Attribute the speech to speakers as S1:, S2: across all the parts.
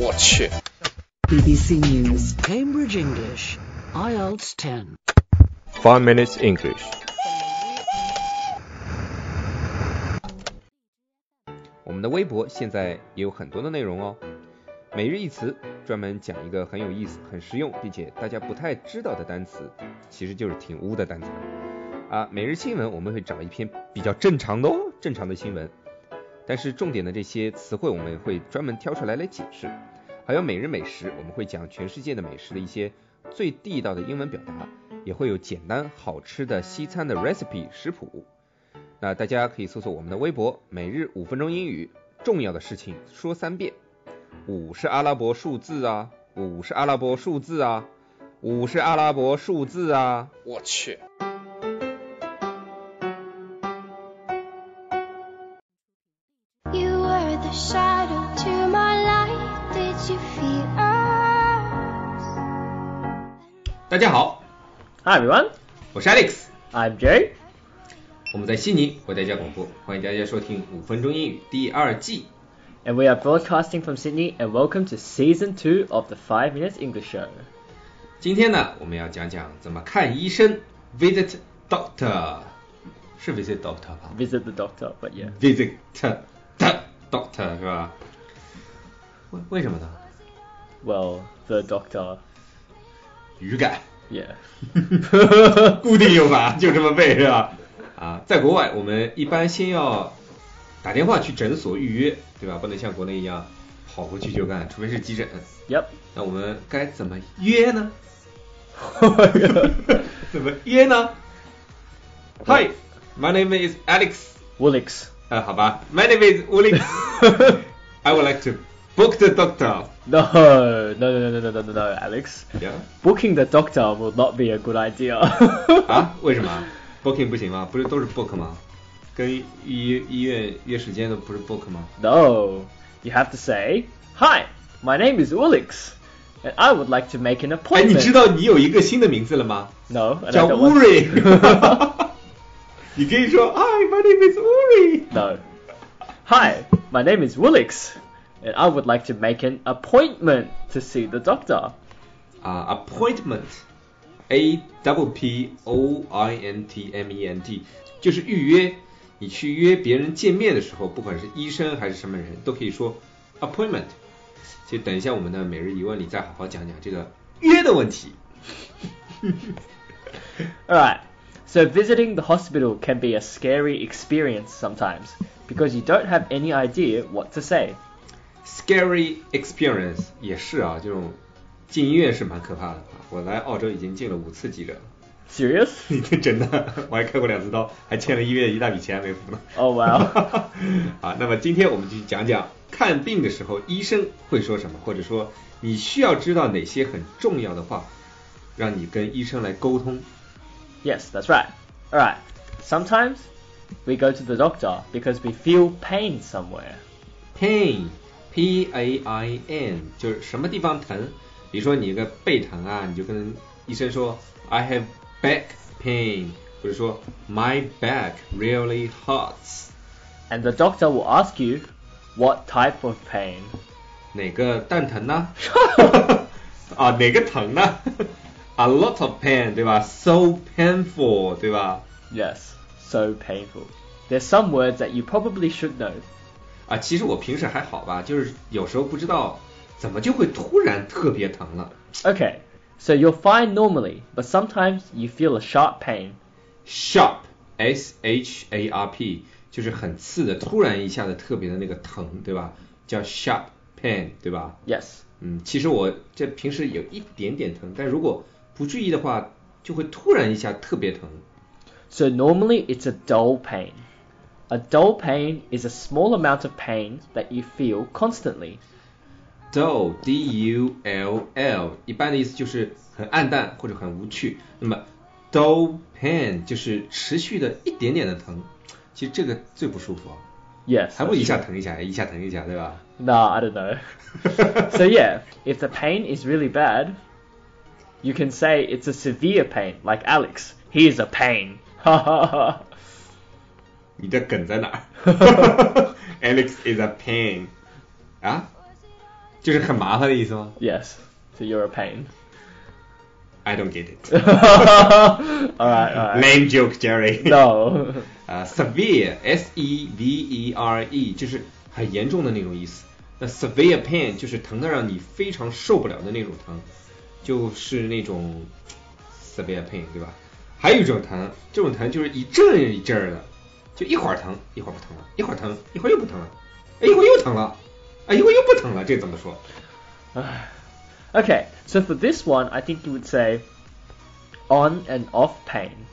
S1: 我去，
S2: BBC News, Cambridge English, IELTS 10.
S3: Five minutes English. 我们的微博现在也有很多的内容哦，每日一词专门讲一个很有意思、很实用，并且大家不太知道的单词，其实就是挺污的单词啊。每日新闻我们会找一篇比较正常的哦，正常的新闻，但是重点的这些词汇我们会专门挑出来来解释。还有每日美食，我们会讲全世界的美食的一些最地道的英文表达，也会有简单好吃的西餐的 recipe 食谱。那大家可以搜索我们的微博“每日五分钟英语”，重要的事情说三遍。五是阿拉伯数字啊，五是阿拉伯数字啊，五是阿拉伯数字啊。
S1: 我去。
S4: You were the shadow to my light. Did you feel us?
S3: 大家好，
S5: Hi everyone,
S3: 我是 Alex，
S5: I'm Jay.
S3: 我们在悉尼为大家广播，欢迎大家收听五分钟英语第二季。
S5: And we are broadcasting from Sydney and welcome to season 2 of the 5 Minutes English Show.
S3: 今天呢，我们要讲讲怎么看医生，visit doctor，是 visit doctor 吧
S5: Visit the doctor, but yeah.
S3: ？visit doctor 是吧？为为什么呢？
S5: Well, the doctor.
S3: 语感，
S5: Yeah.
S3: 固定用法就这么背是吧？啊，在国外我们一般先要打电话去诊所预约，对吧？不能像国内一样跑过去就干，除非是急诊。
S5: Yep.
S3: 那我们该怎么约 呢？怎么约呢？Hi, my name is Alex.
S5: Woolix.
S3: 啊，好吧，My name is Uli. I would like to book the doctor.
S5: No, no, no, no, no, no, no, no, Alex.
S3: Yeah.
S5: Booking the doctor will not be a good idea.
S3: 啊？为什么？Booking 不行吗？不是都是 book 吗？跟医医院约时间的不是 book 吗？
S5: No. You have to say, Hi, my name is Woolix, and I would like to make an
S3: 哎，你
S5: appointment.
S3: 知道你有一个新的名字了吗？
S5: No, and I
S3: 叫
S5: don't want-
S3: Uri。你 可以说，Hi, my name is Uri。
S5: No. Hi, my name is Woolix, and I would like to make an appointment to see the doctor.
S3: 啊，appointment，a double p o i n t m e n t，就是预约。你去约别人见面的时候，不管是医生还是什么人，都可以说 appointment。其实等一下我们的每日一问里再好好讲讲这个约的问题。
S5: Alright, so visiting the hospital can be a scary experience sometimes because you don't have any idea what to say.
S3: Scary experience 也是啊，这种进医院是蛮可怕的啊。我来澳洲已经进了五次急诊了，
S5: Serious?
S3: 你这 真的，我还开过两次刀，还欠了医院一大笔钱还没付呢。
S5: Oh wow.
S3: 好，那么今天我们就讲讲看病的时候医生会说什么，或者说你需要知道哪些很重要的话，让你跟医生来沟通。
S5: yes, that's right. Alright, sometimes we go to the doctor because we feel pain somewhere.
S3: Pain, P A I N，就是什么地方疼。比如说你一个背疼啊，你就跟医生说 I have back pain，或者说 My back really hurts。
S5: And the doctor will ask you what type of pain.
S3: 哪个蛋疼呢？啊，哪个疼呢？A lot of pain，对吧？So painful，对吧？
S5: Yes, so painful. There's some words that you probably should know.
S3: 啊，其实我平时还好吧，就是有时候不知道怎么就会突然特别疼了。
S5: Okay, so you're fine normally, but sometimes you feel a sharp pain.
S3: Sharp，S H A R P，就是很刺的，突然一下子特别的那个疼，对吧？叫 sharp pain，对吧？
S5: Yes.
S3: 嗯，其实我这平时有一点点疼，但如果不注意的话，就会突然一下特别疼。
S5: So normally it's a dull pain. A dull pain is a small amount of pain that you feel constantly.
S3: dull d u l l，一般的意思就是很暗淡或者很无趣。那么 dull pain 就是持续的一点点的疼，其实这个最不舒服啊，
S5: Yes.
S3: 还不一下疼一下，一下疼一下，对吧？
S5: Nah, I don't know. so yeah, if the pain is really bad, you can say it's a severe pain, like Alex. He is a pain. Ha ha ha.
S3: 你的梗在哪儿？Alex is a pain 啊就是很麻烦的意思吗
S5: Yes. So you're a pain.
S3: ？I don't get it.
S5: alright, alright.
S3: Lame joke, Jerry.
S5: No.
S3: 啊、s e v e r e S E V E R E，就是很严重的那种意思。那 severe pain 就是疼的让你非常受不了的那种疼，就是那种 severe pain，对吧？还有一种疼，这种疼就是一阵儿一阵儿的，就一会儿疼，一会儿不疼了，一会儿疼，一会儿又不疼了，哎，一会儿又疼了，哎，一会儿又不疼了，这怎么说？
S5: okay, so for this one, I think you would say on and off pain.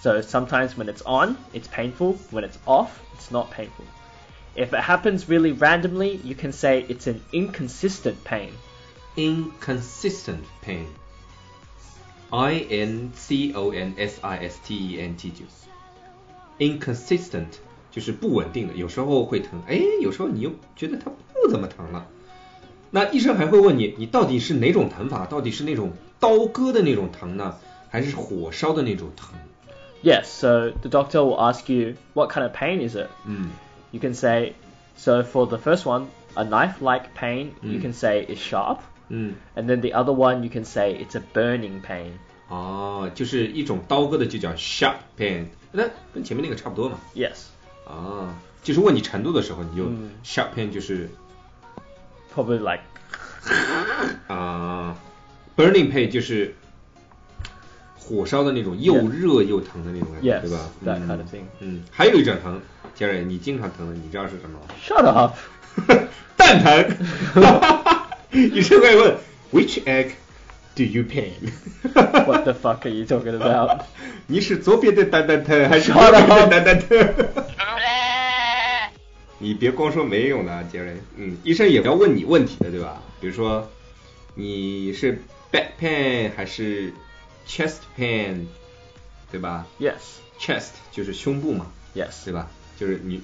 S5: So sometimes when it's on, it's painful. When it's off, it's not painful. If it happens really randomly, you can say it's an inconsistent pain.
S3: inconsistent pain. I N C O N S I S T E N T 九，inconsistent 就是不稳定的，有时候会疼，哎，有时候你又觉得它不怎么疼了。那医生还会问你，你到底是哪种疼法？到底是那种刀割的那种疼呢，还是火烧的那种疼？
S5: Yes, so the doctor will ask you, what kind of pain is it?
S3: 嗯
S5: You can say, so for the first one, a knife like pain, you
S3: Mm.
S5: can say is sharp.
S3: 嗯，
S5: And then the other one, you can say it's a burning pain.
S3: 哦，就是一种刀割的就叫 sharp pain，那跟前面那个差不多嘛。
S5: Yes,
S3: 啊，就是问你程度的时候，你就
S5: 嗯
S3: sharp pain 就是
S5: probably like,
S3: 啊、b u r n i n g pain 就是火烧的那种又
S5: Yeah.
S3: 热又疼的那种感觉
S5: Yes,
S3: 对吧
S5: that
S3: 嗯
S5: kind of thing.
S3: 嗯，还有一种疼，杰瑞，你经常疼的，你知道是什么吗？
S5: shut up.
S3: 蛋 疼。 医生会问，Which egg do you pain？
S5: what the fuck are you talking about?
S3: 你是左边的蛋蛋疼还是
S5: Shut
S3: 右边
S5: up
S3: 的蛋蛋疼？你别光说没用的，啊，杰瑞。嗯，医生也要问你问题的，对吧？比如说你是 back pain 还是 chest pain，对吧
S5: Yes,
S3: ？chest 就是胸部嘛，
S5: yes.
S3: 对吧？就是你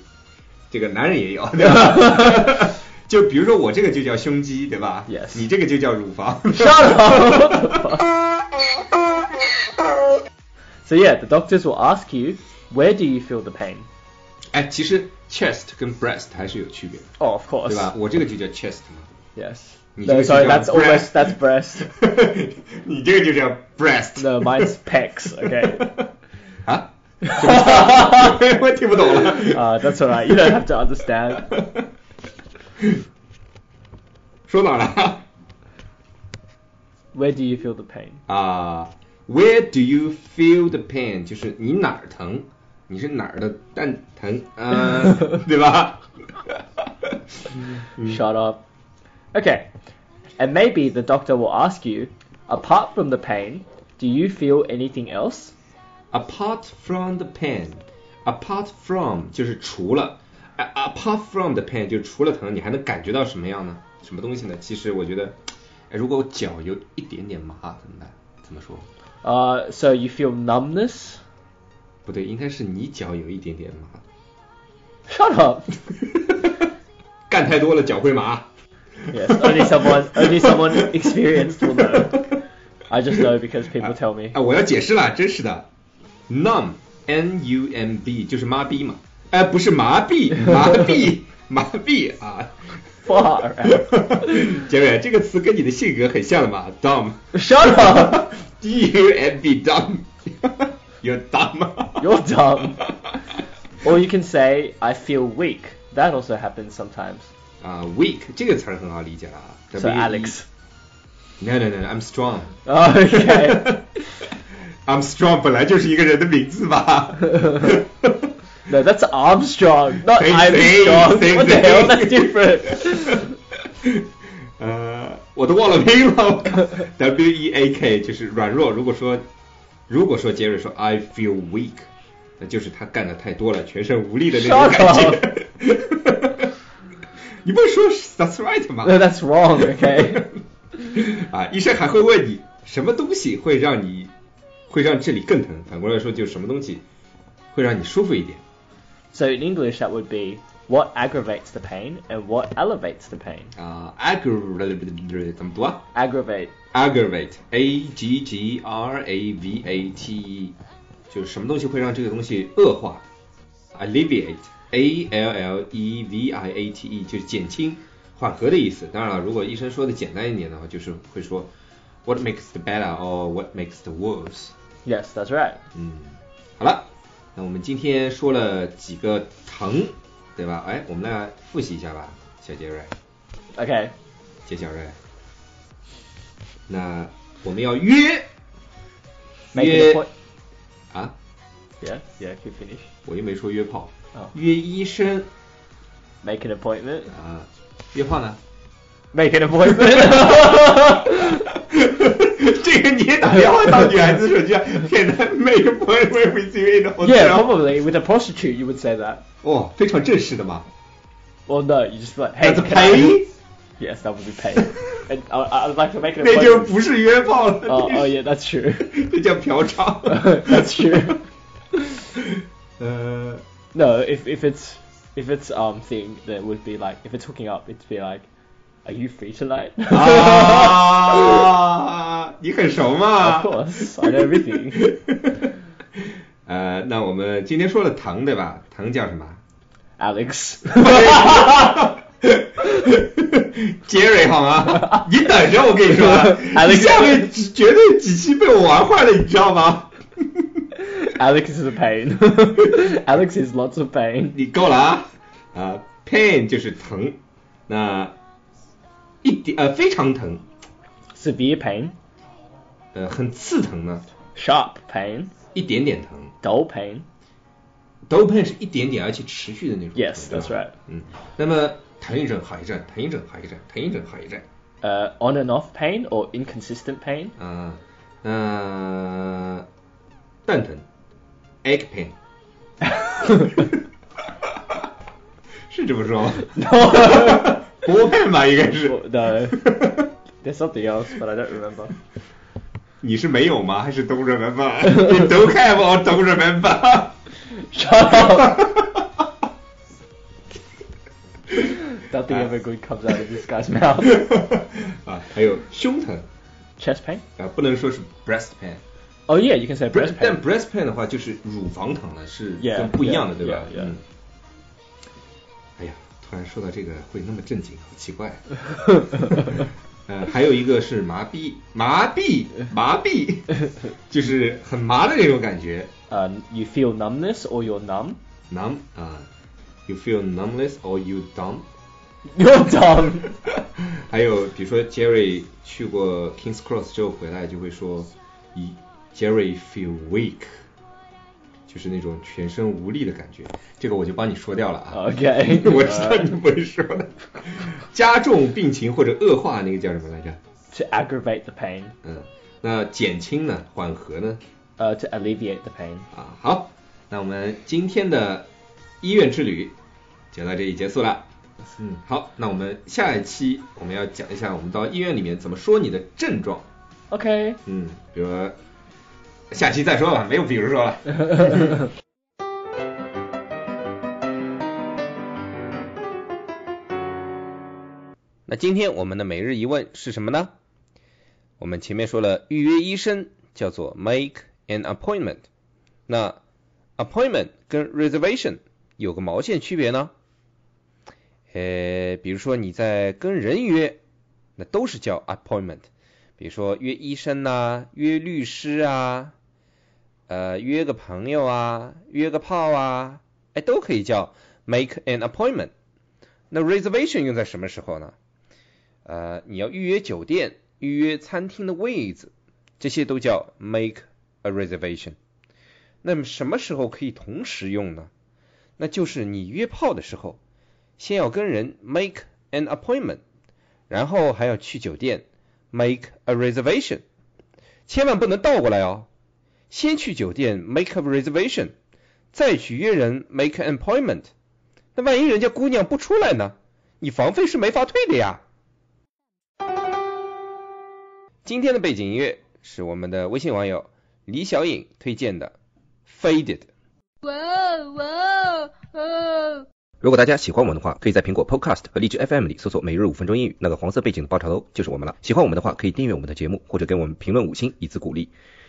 S3: 这个男人也有，对吧？就比如说我这个就叫胸肌，对吧
S5: Yes
S3: 你这个就叫乳房。
S5: Shut up! What the fuck? so yeah, the doctors will ask you, where do you feel the pain?
S3: 哎，其实 chest 跟 breast 还是有区别的，
S5: Oh, of course.
S3: 对吧？我这个就叫 chest 嘛。
S5: Yes.
S3: You
S5: No,
S3: just
S5: sorry,
S3: got
S5: that's
S3: breast.
S5: almost that's breast.
S3: 你这个就叫 breast。
S5: No, mine's pecs. Okay.
S3: 啊？我听不懂了。
S5: Uh, that's alright. You don't have to understand.
S3: 说哪儿了？
S5: Where do you feel the pain?
S3: 啊、w h e r e do you feel the pain？就是你哪儿疼？你是哪儿的蛋疼？嗯、 对吧？Mm.
S5: Shut up. Okay. And maybe the doctor will ask you, apart from the pain, do you feel anything else?
S3: Apart from the pain，apart from 就是除了啊，apart from the pain 就是除了疼，你还能感觉到什么样呢？什么东西呢？其实我觉得，哎，如果我脚有一点点麻怎么办？怎么说？
S5: Uh, so you feel numbness?
S3: 不对，应该是你脚有一点点麻，
S5: Shut up.
S3: 干太多了脚会麻。
S5: Yes, only someone, only someone experienced will know. I just know because people tell me.
S3: 啊，我要解释了，真是的，numb n u m b 就是麻痹嘛，哎、不是麻痹，麻痹，麻痹啊！
S5: Far out.
S3: 杰瑞，这个词跟你的性格很像的嘛，dumb
S5: Shut up.
S3: d u m b dumb，有 dumb，
S5: You're dumb. Or you can say, I feel weak. That also happens sometimes.
S3: 啊，weak 这个词儿很好理解了啊
S5: So Alex.
S3: no no no，I'm strong。
S5: Oh, okay.
S3: I'm strong 本来就是一个人的名字 嘛。
S5: No, that's Armstrong, not
S3: Same thing,
S5: Armstrong.
S3: same
S5: What the
S3: thing.
S5: hell? That's different.
S3: 呃，我都忘了拼了。W E A K 就是软弱。如果说，如果说杰瑞说 I feel weak，那就是他干的太多了，全身无力的那种感
S5: Shut up.
S3: 觉。 你不是说 That's right 吗？
S5: No, that's wrong. Okay.
S3: 啊，医生还会问你什么东西会让你会让这里更疼？反过来说，就是什么东西会让你舒服一点？
S5: So in English, that would be what aggravates the pain and what elevates the pain.
S3: 啊，aggravate 怎么读啊
S5: Aggravate.
S3: ？aggravate，a g g r a v a t e，就是什么东西会让这个东西恶化？alleviate，a l l e v i a t e，就是减轻或缓和的意思。当然了，如果医生说的简单一点的话，就是会说 what makes the better or what makes the worse。
S5: Yes, that's right.
S3: 嗯，好了，那我们今天说了几个疼，对吧？哎，我们来复习一下吧，小杰瑞，
S5: Okay.
S3: 杰小瑞。那我们要约
S5: Make it a
S3: Yeah.
S5: point.
S3: 啊，
S5: Yeah, yeah, keep finish.
S3: 我又没说约炮，
S5: Oh.
S3: 约医生
S5: Make an appointment.
S3: 啊，约炮呢？
S5: Make an appointment.
S3: 这个你也打电话到女孩子手机啊？ 现在 make appointment with you in the
S5: yeah, probably. With a prostitute, you would say that.
S3: 哦，非常正式的嘛。
S5: Well, no, you just be like, hey,
S3: That's
S5: can I-
S3: pay，
S5: Yes, that would be pay. and I, I would like to make an
S3: 那就
S5: appointment.
S3: 不是约炮了。
S5: Oh,
S3: 这
S5: oh
S3: 是
S5: yeah, that's true.
S3: 这叫嫖 娼。
S5: that's true.
S3: 呃，
S5: No, if if it's if it's um thing that would be like if it's hooking up, it'd be like, are you free tonight?
S3: Ah. 啊，你很熟 嘛
S5: Of course, I know everything.
S3: 呃，那我们今天说了糖对吧？糖叫什 么
S5: Alex.
S3: ？Jerry 好 吗？你等着，我跟你说啊，你
S5: Alex
S3: 下面几绝对几期被我玩坏了，你知道 吗？
S5: Alex is a pain. Alex is lots of pain.
S3: 你够了啊！啊，pain 就是疼，那一点呃非常疼，
S5: Severe pain.
S3: 呃很刺疼呢，
S5: Sharp pain.
S3: 一点点疼。
S5: Dull pain.
S3: dull pain 是一点点而且持续的那种疼。
S5: Yes,
S3: 对吧
S5: that's right.
S3: 嗯，那么疼一阵好一阵，疼一阵好一阵，疼一阵好一阵。
S5: Uh, on and off pain or inconsistent pain.
S3: 啊、呃，蛋疼，egg pain，是这么说吗？国片吧，应该是。
S5: Well, no. There's something else, but I don't remember.
S3: 你是没有吗？还是 don't remember？你 don't have or don't remember？
S5: Shut up! Nothing ever good comes out of this guy's mouth.
S3: 啊，还有胸疼
S5: Chest pain?
S3: 啊，不能说是 breast pain。
S5: Oh yeah, you can say breast
S3: 但
S5: pain.
S3: breast pain 的话就是乳房疼了，是
S5: Yeah,
S3: 跟不一样的
S5: yeah,
S3: 对吧
S5: yeah, yeah.
S3: 嗯。哎呀，突然说到这个会那么正经，好奇 怪。啊呃，还有一个是麻痹，麻痹，麻 痹，就是很麻的那种感觉。
S5: Uh, you feel numbness or you're numb.
S3: numb 啊、y o u feel numbness or you dumb？
S5: You're dumb.
S3: 还有比如说 Jerry 去过 Kings Cross 之后回来就会说以 Jerry feel weak，就是那种全身无力的感觉。这个我就帮你说掉了啊
S5: Okay. Uh,
S3: 我知道你不会说的。加重病情或者恶化那个叫什么来着？
S5: to aggravate the pain,
S3: 嗯，那减轻呢？缓和呢？
S5: uh, to alleviate the pain.
S3: 啊，好，那我们今天的医院之旅就到这里结束了。嗯，好，那我们下一期我们要讲一下我们到医院里面怎么说你的症状。
S5: Okay.
S3: 嗯，比如说下期再说吧，没有比如说了。 那今天我们的每日一问是什么呢？我们前面说了，预约医生叫做 make an appointment，那 appointment 跟 reservation 有个毛线区别呢？呃，比如说你在跟人约，那都是叫 appointment。比如说约医生呐、约律师啊，呃，约个朋友啊，约个炮啊，哎，都可以叫 make an appointment。那 reservation 用在什么时候呢？呃，你要预约酒店、预约餐厅的位置，这些都叫 make a reservation。那么什么时候可以同时用呢？那就是你约炮的时候，先要跟人 make an appointment，然后还要去酒店。make a reservation，千万不能倒过来哦。先去酒店 make a reservation，再去约人 make an appointment。那万一人家姑娘不出来呢？你房费是没法退的呀。今天的背景音乐是我们的微信网友李小颖推荐的《Faded》。
S4: Whoa, whoa, whoa.
S3: 如果大家喜欢我们的话，可以在苹果 Podcast 和荔枝 FM 里搜索“每日五分钟英语”，那个黄色背景的爆炒头就是我们了。喜欢我们的话，可以订阅我们的节目，或者给我们评论五星以资鼓励。